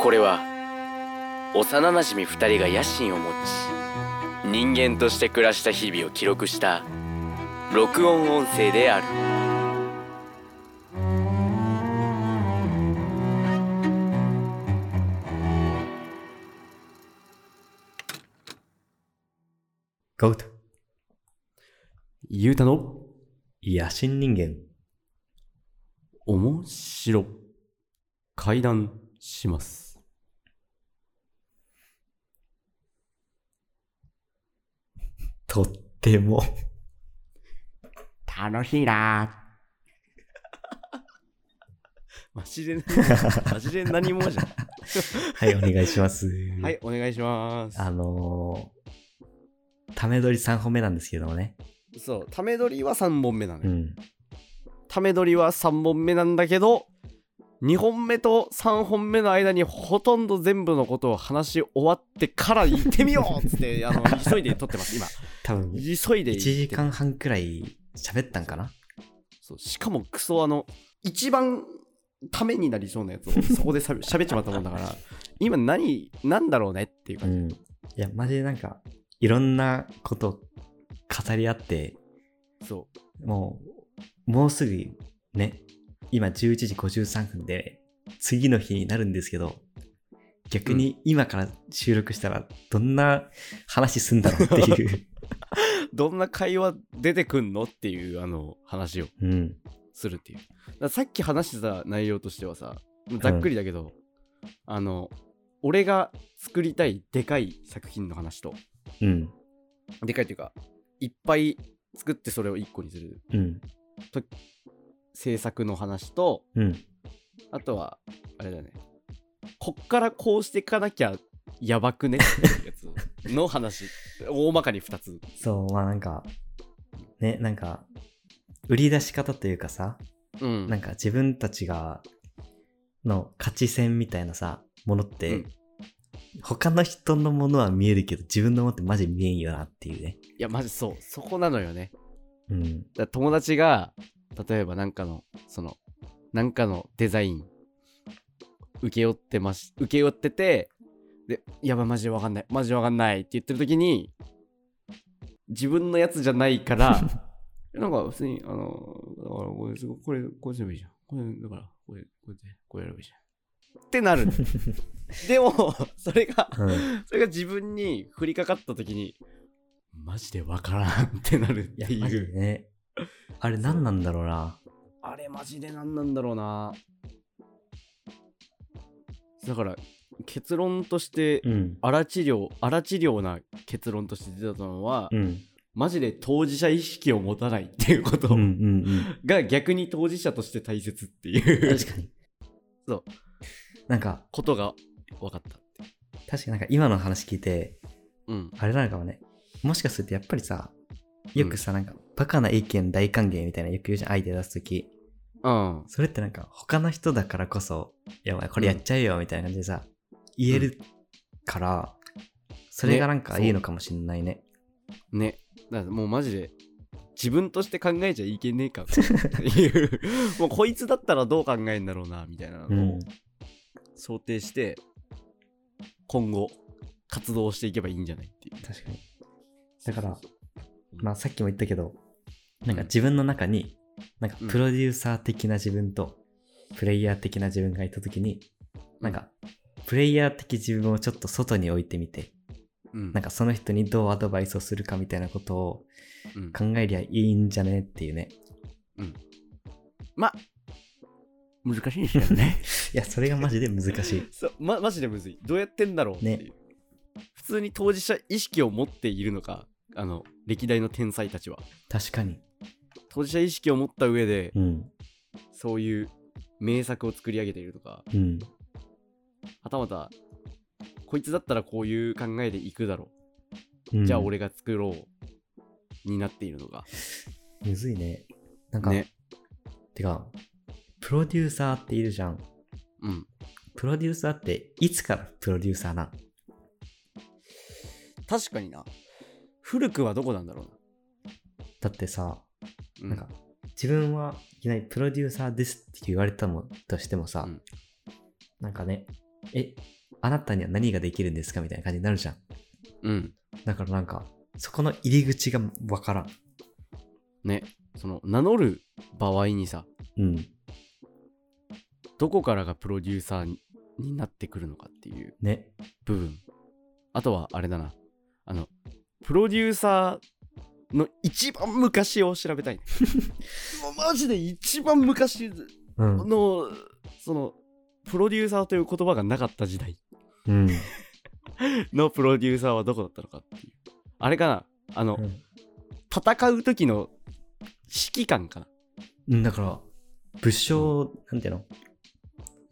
これは幼なじみ2人が野心を持ち人間として暮らした日々を記録した録音音声であるガウト。ゆうたの野心人間。面白会談しますとっ ても。楽しいなマジ でマジで何もじゃんはい、お願いします。はい。お願いしますあのー、ため撮り3本目なんですけどもね。そうため撮りは3本目なのうよん。ため撮りは3本目なんだけど2本目と3本目の間にほとんど全部のことを話し終わってから行ってみようっつ ってあの急いで撮ってます今多分、1急いで時間半くらい喋ったんかなそうしかもクソあの一番ためになりそうなやつをそこでしゃべ喋っちまったもんだから今何なんだろうねっていうう感じ、ん。いや、マジでなんか、いろんなこと語り合って、そうもう、もうすぐね、今11時53分で、次の日になるんですけど、逆に今から収録したら、どんな話すんだろうって いう。どんな会話出てくんのっていうあの話をうん。するっていうだからさっき話してた内容としてはさざっくりだけど、あの俺が作りたいでかい作品の話とうん。でかいというかいっぱい作ってそれを1個にするうん。制作の話とうん。あとはあれだねこっからこうしていかなきゃやばくねってやつの話大まかに2つそう、まあなんか、ね、なんか、売り出し方というかさ、うんなんか自分たちが、の価値線みたいなさ、ものって、うん他の人のものは見えるけど、自分のものってマジ見えんよなっていうね。いやマジそうそこなのよね うん。だから友達が例えばなんかのそのなんかのデザイン請け負ってます請け負っててでやばいマジでわかんないマジでわかんないって言ってる時に自分のやつじゃないから なんか普通にあのだからこれすごいこれこうすればいいじゃんこれだからこれこうやってこうやればいいじゃんってな るのでもそれがうん、それが自分に降りかかった時にマジでわからんってなるっいやて、マいジうでね。あれ何なんだろうな。あれマジで何なんだろうなだから結論としてうん。荒治療荒治療な結論として出たのは、うん。マジで当事者意識を持たないっていうこと、うんうんうん。が逆に当事者として大切っていう確かに。そう。なんか、ことが分かったって確かになんか今の話聞いて、うんあれなのかもね。もしかするとやっぱりさ、よくさ、なんか、バカな意見大歓迎みたいなよく言うじゃん、アイデア出すとき。うんそれってなんか、他の人だからこそ、いや、お前これやっちゃえよ、みたいな感じでさ、言えるから、それがなんかねいいのかもしんないね。ねだからもうマジで自分として考えちゃいけねえかっていう もうこいつだったらどう考えんだろうなみたいなのを、うん。想定して今後活動していけばいいんじゃないっていう確かに。だからそうそうそうまあ、さっきも言ったけど、なんか自分の中に、なんかうんプロデューサー的な自分と、プレイヤー的な自分がいたときに、なんか、プレイヤー的自分をちょっと外に置いてみて、うんなんかその人にどうアドバイスをするかみたいなことをうん考えりゃいいんじゃねっていうね。まあ難しいですよねいや、それがマジで難しい。 そうまマジでむずいどうやってんだろうっていう、普通に当事者意識を持っているのかあの歴代の天才たちは確かに。当事者意識を持った上で、うん。そういう名作を作り上げているとかうん。はたまたこいつだったらこういう考えでいくだろうう、んじゃあ。俺が作ろうになっているのかむずいね。なんか、ねてか、プロデューサーっているじゃん。うんプロデューサーって、いつからプロデューサーなん確かにな古くはどこなんだろだってさ、うななんか、自分はいきなりプロデューサーですって言われたもんとしてもさ、うんなんかね、え、あなたには何ができるんですかみたいな感じになるじゃん。うん。だからなんか、そこの入り口がわからん。ね。その、名乗る場合にさ、うん。どこからがプロデューサーにになってくるのかっていうね。部分。あとは、あれだな。あの、プロデューサーの一番昔を調べ たい。もうマジで一番昔うん。の、その、プロデューサーという言葉がなかった時代うん。のプロデューサーはどこだったのかっていう。あれかなあの、戦う時の指揮官かなうん、だから、武将、なんていうの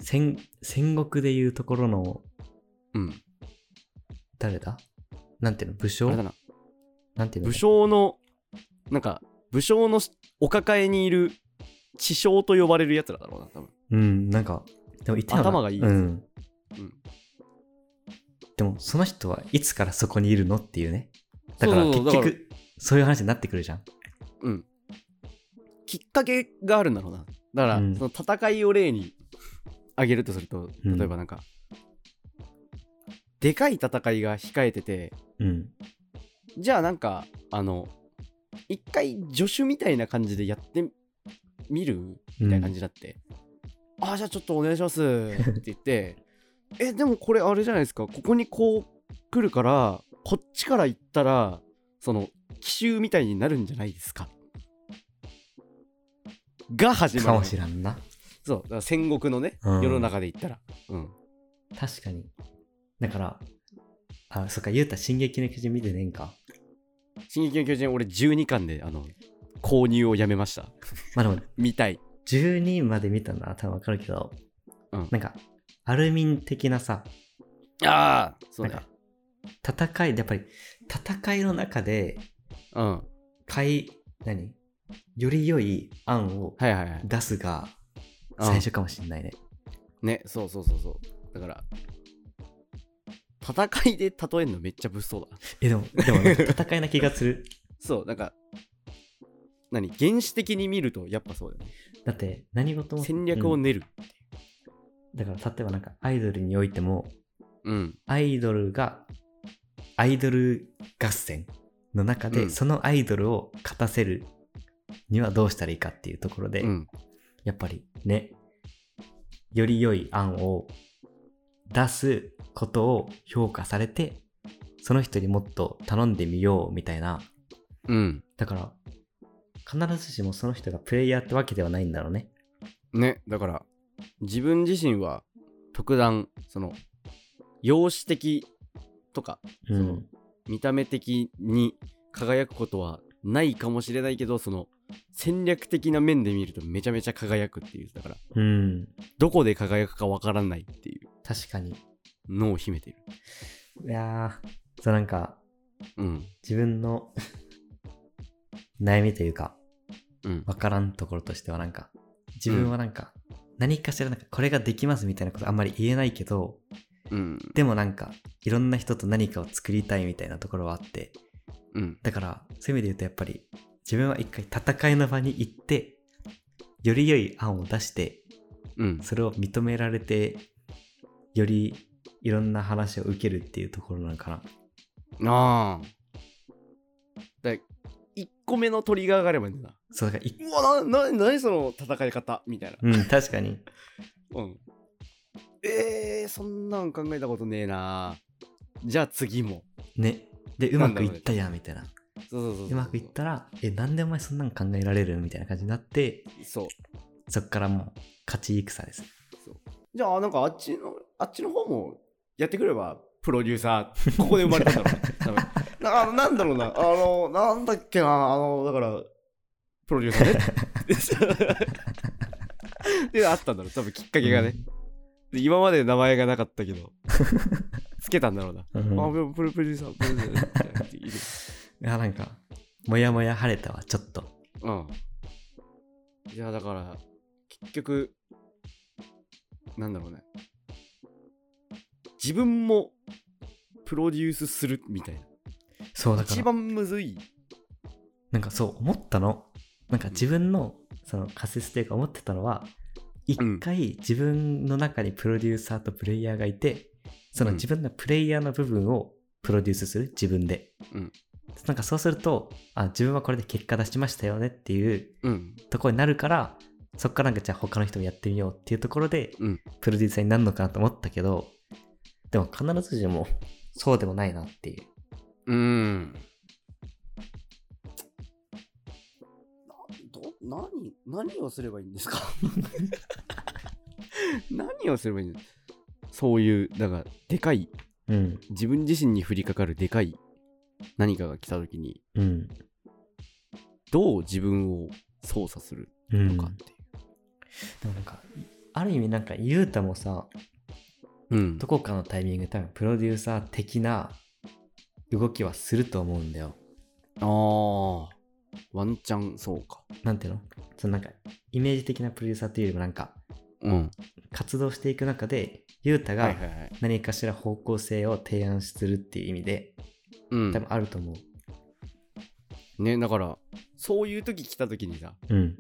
戦、戦国でいうところの、うん。誰だなんていうの武あ将れだな。なんていうの武将の、なんか、武将のお抱えにいる地将と呼ばれるやつらだろうな、多分。うん、なんか、でもいたよな頭がいいやうつん。うんでも、その人はいつからそこにいるのっていうね。だからそうそ結う局、だそからういう話になってくるじゃん。うん。きっかけがあるんだろうな。だから、うんその戦いを例に挙げるとすると、うん例えばなんか、でかい戦いが控えてて、うん。じゃあなんか、あの、一回助手みたいな感じでやってみるみたいな感じになって、ああ、じゃあちょっとお願いしますって言 って、え、でもこれあれじゃないですか、ここにこう来るから、こっちから行ったら、その、奇襲みたいになるんじゃないですか。が始かまもる。しらんな。そう、だから戦国のね、うん世の中で言ったら。うん。確かに。だから、あ、そっか、ゆうた、進撃の巨人見てねえんか。進撃の巨人、俺12巻で、あの、購入をやめました。まあでも、見たい。 12まで見たのは多分わかるけど、うんなんか、アルミン的なさ、ああそうなんねか。、戦い、やっぱり、戦いの中で、うん。はかい、何より良い案をいはいはい。出すうが、ん最初かもしんないね。ね、そうそうそうそう。だから、戦いで例えるのめっちゃ物騒だな。え、でも、でもな んか戦いな気がする。そう、なんか、何原始的に見るとやっぱそうだよね。だって、何事も。戦略うをん練る。だから、例えばなんか、アイドルにおいても、うん。アイドルが、アイドル合戦の中で、うんそのアイドルを勝たせるにはどうしたらいいかっていうところで、うん。やっぱりね、より良い案を出すことを評価されて、その人にもっと頼んでみようみたいな。うん。だから、必ずしもその人がプレイヤーってわけではないんだろうね。ね、だから、自分自身は特段、その、容姿的とか、う。そうん見た目的に輝くことはないかもしれないけど、その、戦略的な面で見るとめちゃめちゃ輝くっていう、だから、うん。どこで輝くかわからないっていう確かに。いのを秘めてる。やー、そうなんか、うん。自分の 悩みというか、うん。わからんところとしてはなんか、自分はなんか、何かしらなんかこれができますみたいなことあんまり言えないけど、うん。でもなんか、いろんな人と何かを作りたいみたいなところはあって、うん。だから、そういう意味で言うとやっぱり、自分は一回戦いの場に行って、より良い案を出して、うん。それを認められて、よりいろんな話を受けるっていうところなのかな。ああ。だ1個目のトリガーがあればいいんだな。そうだから いうわ、な、な、なにその戦い方みたいな。うん、確かに。うん。えー、そんなん考えたことねえな。じゃあ次も。ね。で、うまくいったやんみたいな。そうそうそうそううまくいったら、え、なんでお前そんなん考えられるみたいな感じになって、そう。そっからもう、勝ち戦です。じゃあ、なんかあっちの、あっちの方もやってくれば、プロデューサー、 ここで生まれたんだろうな多分な。あのなんだろうな。あの、なんだっけな。あの、だから、プロデューサーね。で、あったんだろう。多分きっかけがね。で今まで名前がなかったけど、つけたんだろうな。うん。あ、うん。でもプロプロデューサー、プロデューサーっている。いや、なんか、もやもや晴れたわ、ちょっと。うん。いや、だから、結局、なんだろうね。自分もプロデュースするみたいな。そうだか一ら番むずい。なんかそう思ったのなんか自分のその仮説というか思ってたのは一回自分の中にプロデューサーとプレイヤーがいて、そのうん自分のプレイヤーの部分をプロデュースする自分で。うんなんかそうすると、あ、自分はこれで結果出しましたよねっていううんところになるから、そっからなんかじゃあ他の人もやってみようっていうところで、うんプロデューサーになるのかなと思ったけど、でも必ずしもそうでもないなっていう。うんなど何何をすればいいんですか 何をすればいいんですそういうだからでかいうん。自分自身に降りかかるでかい何かが来た時にうん。どう自分を操作するうん、のでかもっていなんか、ある意味なんか、ゆうたもさ、う。うんどこかのタイミングで多分プロデューサー的な動きはすると思うんだよ。ああ、ワンチャンそうか。なんていうのそのなんか、イメージ的なプロデューサーというよりもなんか、うん。活動していく中で、ゆうたはいがはいはい。何かしら方向性を提案するっていう意味で、うん多分あると思う。ね、だから、そういう時来た時にさ、うん。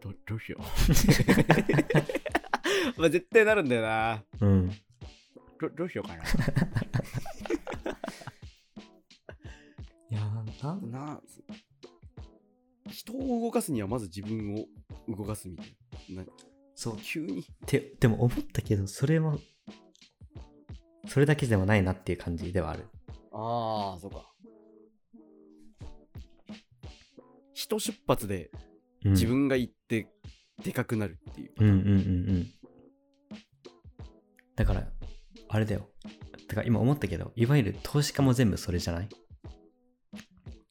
どどうしよ う。まあ絶対なるんだよな。うん。どどうしようかな。いやーなんな人を動かすにはまず自分を動かすみたいな。なそう。っ急に。て、でも思ったけど、それも、それだけでもないなっていう感じではある。ああ、そうか。人出発で自分が行ってでかくなるっていう。うんうんうんうん。だから、あれだよ。てか今思ったけど、いわゆる投資家も全部それじゃない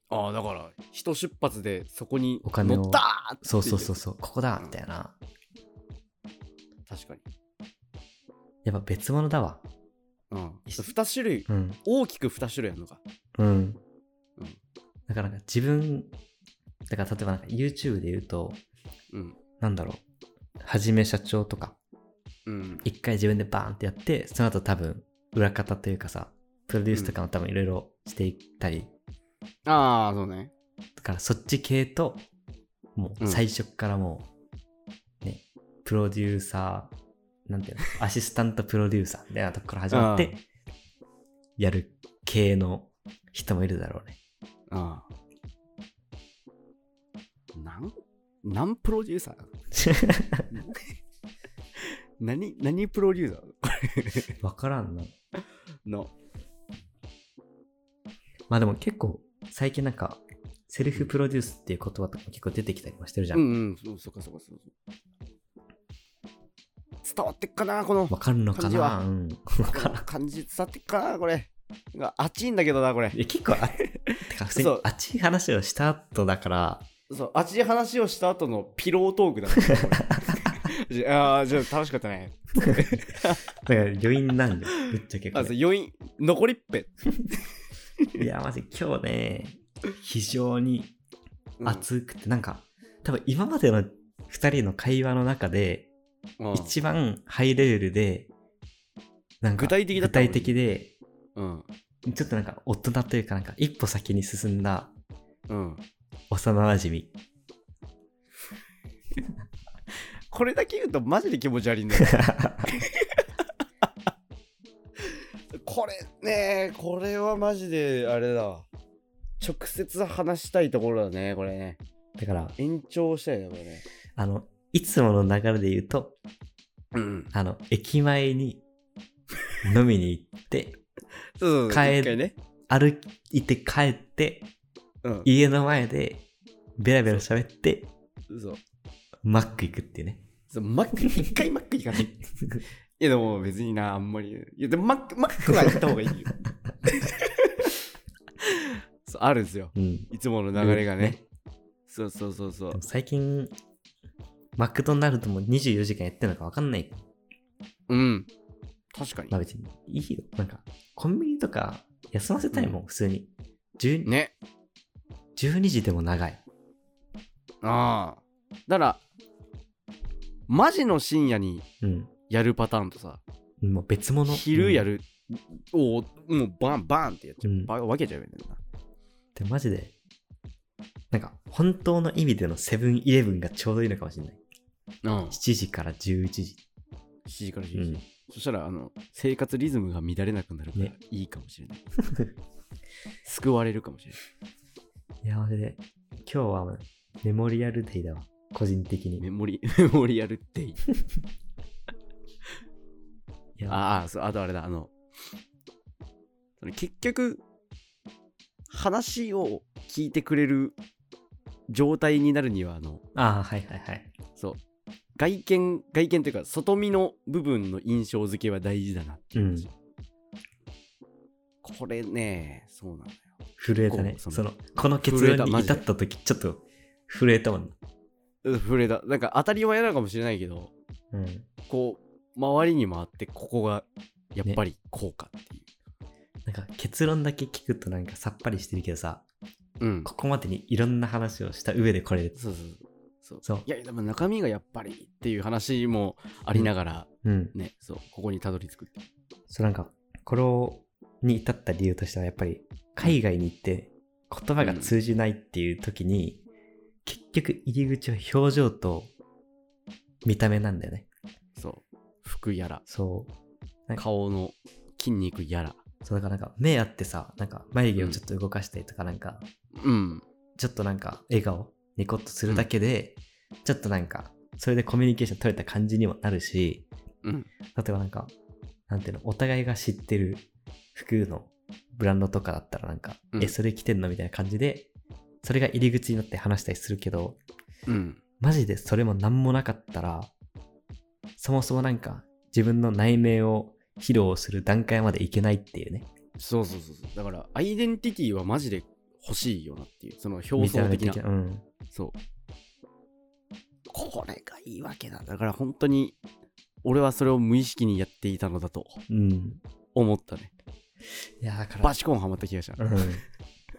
ああだから人出発でそこにお金を乗ったーっていそうそうそうそう、ここだみたいな。確かに、やっぱ別物だわ。うん、2種類うん。大きく2種類あるのかうんうん。だからなんか自分、だから例えばなんか YouTube で言うと、うんなんだろう。はじめ社長とか、うん一回自分でバーンってやって、その後多分、裏方というかさ、プロデュースとかも多分いろいろしていったり、ああそうねだからそっち系と、もううん最初っからもう、ね、プロデューサー、なんてい うの、アシスタントプロデューサーみたいなとこから始まっうて、やる系の人もいるだろうね。 ああなん何プロデューサーなの何何プロデューサーわからんな。なのまあでも結構、最近なんか、セルフプロデュースっていう言葉とかも結構出てきたりもしてるじゃ。うんわ、んうんそうそうかそうかそうそう伝わってっかなこのかるのか感じなはうん。この感じ伝わってっかなこれがあっちいんだけどなこれいや結構あてか普通そにうあっちい話をした後だから そう、あっちで話をした後のピロートー クだから。ああー、じゃあ楽しかったね。だから余韻なんよぶっちゃけこあ、れそう余韻、残りっぺ。いやマジ今日ね非常に熱くて、なんか多分今までの2人の会話の中でうん、一番ハイレベルでなんか具体的だ具ったもん体的でうん。ちょっとなんか大人というかなんか一歩先に進んだうん。幼なじみこれだけ言うとマジで気持ち悪いんだよ。 これね、これはマジであれだわ。直接話したいところだね、これね。だから延長したいね、これね。あのいつもの流れで言うとうん。あの駅前に飲みに行って そうそうそう。帰一回ね。歩いて帰ってうん。家の前でベラベラ喋ってそう。マック行くっていうね そうマック、一回マック行かない。いやでも別にな、あんまり。いやでもマック、マックは行った方がいい よ。そうあるんですよ。うんいつもの流れがね。そうそうそうそでうも。最近マクドナルドも24時間やってるのか分かんないうん。確かにまあ。別にいいよなんかコンビニとか休ませたいもん普通に10ね。 12時でも長いああ。だから、マジの深夜にうんやるパターンとさ、もう別物昼やる、る、をもうバンバンってやっちゃうう。んば分けちゃえばいいんだよな。でマジでなんか、本当の意味でのセブンイレブンがちょうどいいのかもしれない。うん。7 7時から11時。時からう10時。ん。そしたら、あの、生活リズムが乱れなくなるからね、いいかもしれ ない。救われるかもしれない。いや、マジで、今日はメモリアルデイだわ。個人的に。メいモリ、メモリアルデイ。や、ああ、そう、あとあれだ、あの、その結局、話を聞いてくれる状態になるには、あの、ああ、はいはいはい。そう、外見、外見というか、外見の部分の印象付けは大事だなっていう話、これね、そうなんだよ。震えたね。こそうのそのこの結震え論たにマジ至でった時ちょっと震えたもん。うん触れた。なんか当たり前なのかもしれないけど、うん。こう、周りに回って、ここが、やっぱりこうかっていう。なんか結論だけ聞くとなんかさっぱりしてるけどさ、うん。ここまでにいろんな話をした上でこれ。そうそうそう。そうそうい。や、でも中身がやっぱりっていう話もありながら、うん。ね、そう、ここにたどり着くって。そうなんか、これをに至った理由としてはやっぱり海外に行って言葉が通じないっていう時に、結局入り口は表情と見た目なんだよね。そう。服やら、そう。はい顔の筋肉やら。そうだからなんか目あってさ、なんか眉毛をちょっと動かしたりとかなんか、うん。ちょっとなんか笑顔ニコッとするだけで、ちょっとなんかそれでコミュニケーション取れた感じにもなるしうん。例えばなんかなんていうのお互いが知ってる服のブランドとかだったらなんか、うんえそれ着てんのみたいな感じでそれが入り口になって話したりするけどうん。マジでそれも何もなかったらそもそもなんか自分の内面を披露する段階までいけないっていうねそうそうそうそう。だから、アイデンティティはマジで欲しいよなっていう、その表見た層目的な。うんそう。これがいいわけだ。だから本当に、俺はそれを無意識にやっていたのだとうん思ったね。いやだからバシコンハマった気がしたう。ん、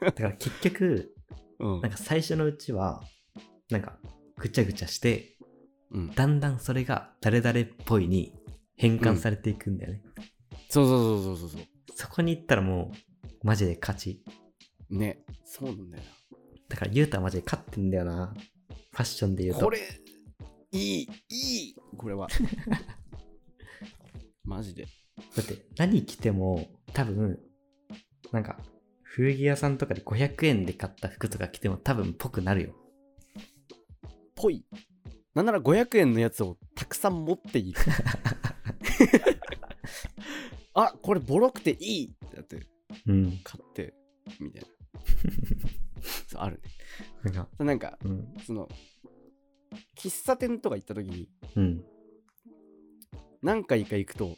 だから結局うんなん。か最初のうちは、なんかぐちゃぐちゃして、うん。だんだんそれが誰々っぽいに変換されていくんだよね。そうそうそうそうそうそそこに行ったらもう、マジで勝ち。う。ね。そうなんだよな。だから、ゆうたはマジで勝ってんだよな。ファッションで言うと。これいいいいこれは マジでだって、何着ても、多分、なんか、古着屋さんとかで500円で買った服とか着ても多分ぽくなるよ。ぽいなんなら500円のやつをたくさん持って いるあこれボロくていいだってうん。買ってみたいな そうあるねなんか、そうなんかうん。その喫茶店とか行った時にうん。何回か行くと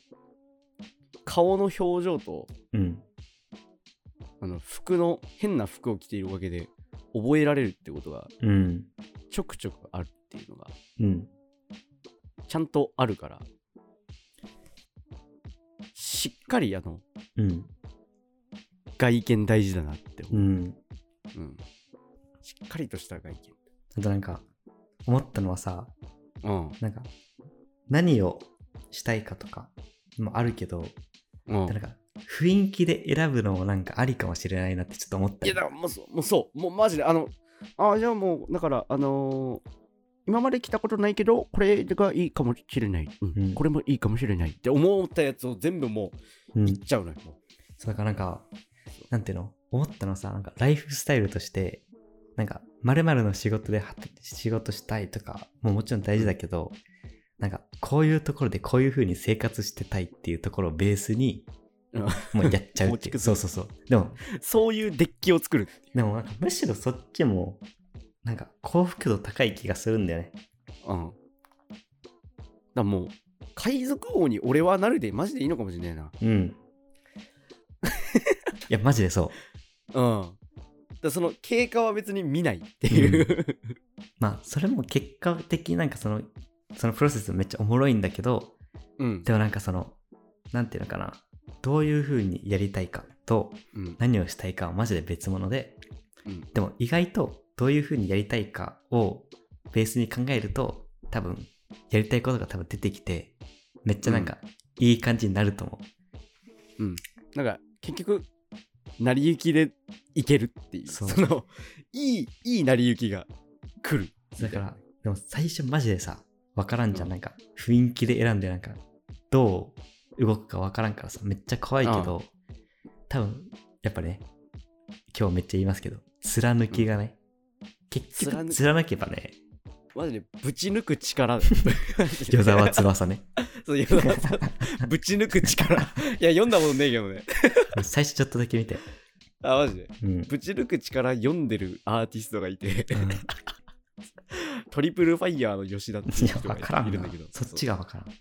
顔の表情とうん。あの服の変な服を着ているおかげで覚えられるってことがうん。ちょくちょくあるっていうのがうん。ちゃんとあるからしっかりあのうん。外見大事だなってう思う、ん。うんしっかりとした外あとなんか、思ったのはさ、見なんか、何をしたいかとかもあるけど、うんうなんんか、雰囲気で選ぶのもなんかありかもしれないなってちょっと思ったいり。やだからもうそうもうそうもうマジであのあじゃあもうだからあのー今まで来たことないけどこれがいいかもしれない、うんうんこれもいいかもしれないって思ったやつを全部もううん言っちゃうのよ、もそうだからなんか、なんていうの思ったのはさ、なんかライフスタイルとして、なんか、まるの仕事で働仕事したいとか、もうもちろん大事だけど、なんか、こういうところでこういう風に生活してたいっていうところをベースに、うんもうやっ ちゃうってい構築う。するそうそうそう。でも、うそういうデッキを作るでもなんかむしろそっちもなんか幸福度高い気がするんだよね。うん。だからもう、海賊王に俺はなるでマジでいいのかもしれないな。うん。 いやマジでそう。うん。だからその経過は別に見ないっていう、まあそれも結果的になんかそのそのプロセスめっちゃおもろいんだけどうん。でもなんかそのなんていうのかなどういう風にやりたいかとうん。何をしたいかはマジで別物でうん。でも意外とどういう風にやりたいかをベースに考えると多分やりたいことが多分出てきてめっちゃなんかいい感じになると思う。なんか、結局、成り行きでいけるっていうそそうのいいいい成り行きが来るだから、でも最初マジでさ、わからんじゃん。なんか、雰囲気で選んで、なんか、どう動くかわからんからさ、めっちゃ怖いけど、多分、やっぱね、今日めっちゃ言いますけど、貫きがね、結貫局き貫けばね、マジでぶち抜く 力与沢翼ね。 そう与沢さんぶち抜く 力いや読んだことねえけどね最初ちょっとだけ見て。あマジで うん。うんぶち抜く力読んでるアーティストがいてトリプルファイヤーの吉田っていいうや、人わからがいんるんなだけど。そっちがわからん。そう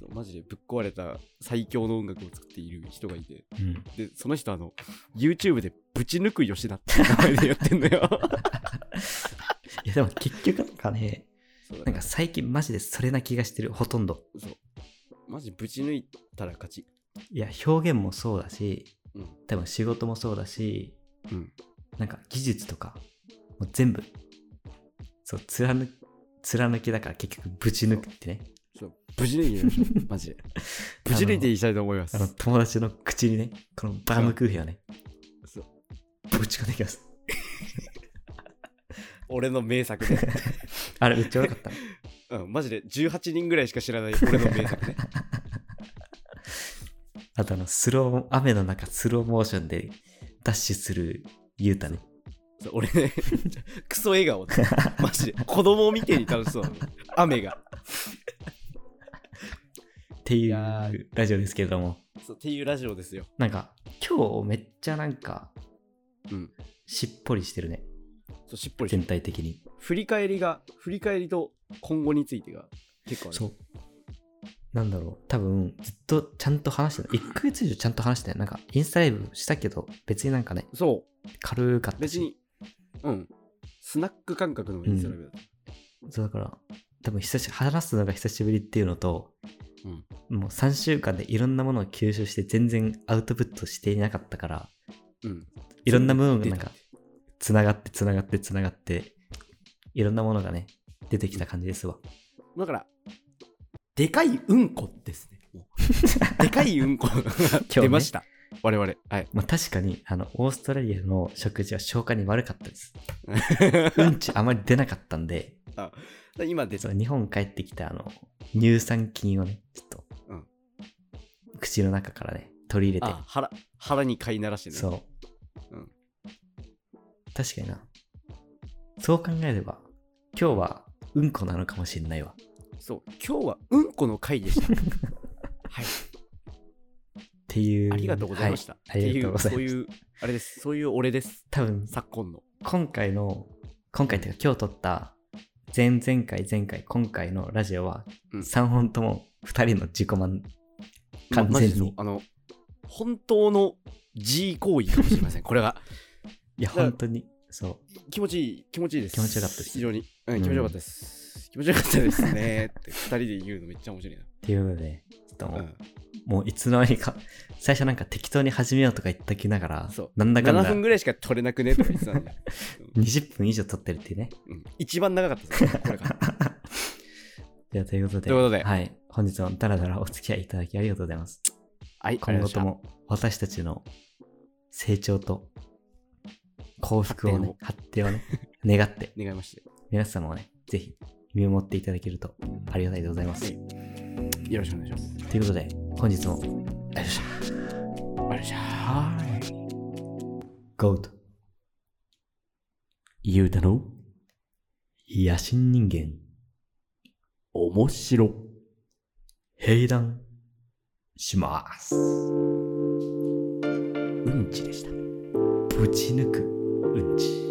そうマジでぶっ壊れた最強の音楽を作っている人がいてうん。でその人あの YouTube でぶち抜く吉田って名前でやってんのよいや、でも結局なんかね、 そうなんか最近マジでそれな気がしてる、ほとんど。そうマジぶち抜いたら勝ちいや、表現もそうだし、うん多分仕事もそうだし、うんなんか技術とかもう全部そう貫貫きだから結局ぶち抜くってねそうぶち抜いてみましょ うマジでぶち抜いていきたいと思いまあのす友達の口にねこのバームクーヘンをねそうぶち込んでいきます俺の名 作で、あれめっちゃ悪 かったうん、マジで18人ぐらいしか知らない俺の名 作ねあとあのスロー雨の中スローモーションでダッシュするゆうたねそう俺ね クソ笑顔でマジで子供みてえに楽しそうなの雨がっていいやうラジオですけれどもそうっていうラジオですよなんか今日めっちゃなんか、うんしっぽりしてるねそうしっぽりして全体的に振り返りが振り返りと今後についてが結構あるそう。なんだろう。多分、ずっとちゃんと話してた。1ヶ月以上ちゃんと話してたよなんか、インスタライブしたけど、別になんかね、そう軽かった別し。に、うん。スナック感覚のインスタライブだっそうだから、多分久し、話すのが久しぶりっていうのと、うんもう3週間でいろんなものを吸収して、全然アウトプットしていなかったから、た。うん。いろんなものがなんか、つながって、つながって、つながって、いろんなものがね、出てきた感じですわ。だから、でかいうんこですね。もうでかいうんこ が出ました。我々。はい。まあ確かに、あの、オーストラリアの食事は消化に悪かっ たです。うんちあまり出なかったんで、今出そた。う日本帰ってきたあの乳酸菌をねちょっと、うん口の中からね取り入れてあ、腹、腹に飼いならしてね。そうう、うん確かになそう考えれば今日はうんこなのかもしれないわっそう。今日はうんこの回 でした。はい。ていうありがとうございました。はいありがとうございまってしいう、そういたう、あれです。そういう俺です。多分昨今の。今回の今回っていうか今日撮った前々回前回今回のラジオはうん3本とも2人の自己満完まマジで全そに、うあの、本当の G 行為かもしれません。これが。いやだから本当にそう気持ちいい、気持ちいいです。気持ちよかったです非常に。ううんん、気持ちよかったです。気持ちよかったです ね。って、二人で言うのめっちゃ面白いな。っていうのでちょっともう、うん、もういつの間にか、最初なんか適当に始めようとか言ったきながら、そうなんだかんだ7分ぐらいしか取れなくねとか言ってたんで、 20分以上撮ってるっていうね。うん、一番長かったですね、これ が。じゃあということで、ということではい、本日もダラダラお付き合いいただきありがとうございます。はい、今後とも私たちの成長と幸福をね、発展をね、願って、願いまして、皆様もね、ぜひ見守っていただけるとありがたいでございます。よろしくお願いします。ということで、本日も、ありがとうございました。あれじゃあ、 GOAT ゆうたの野心人間面白閉談しますうんちでしたぶち抜くうんち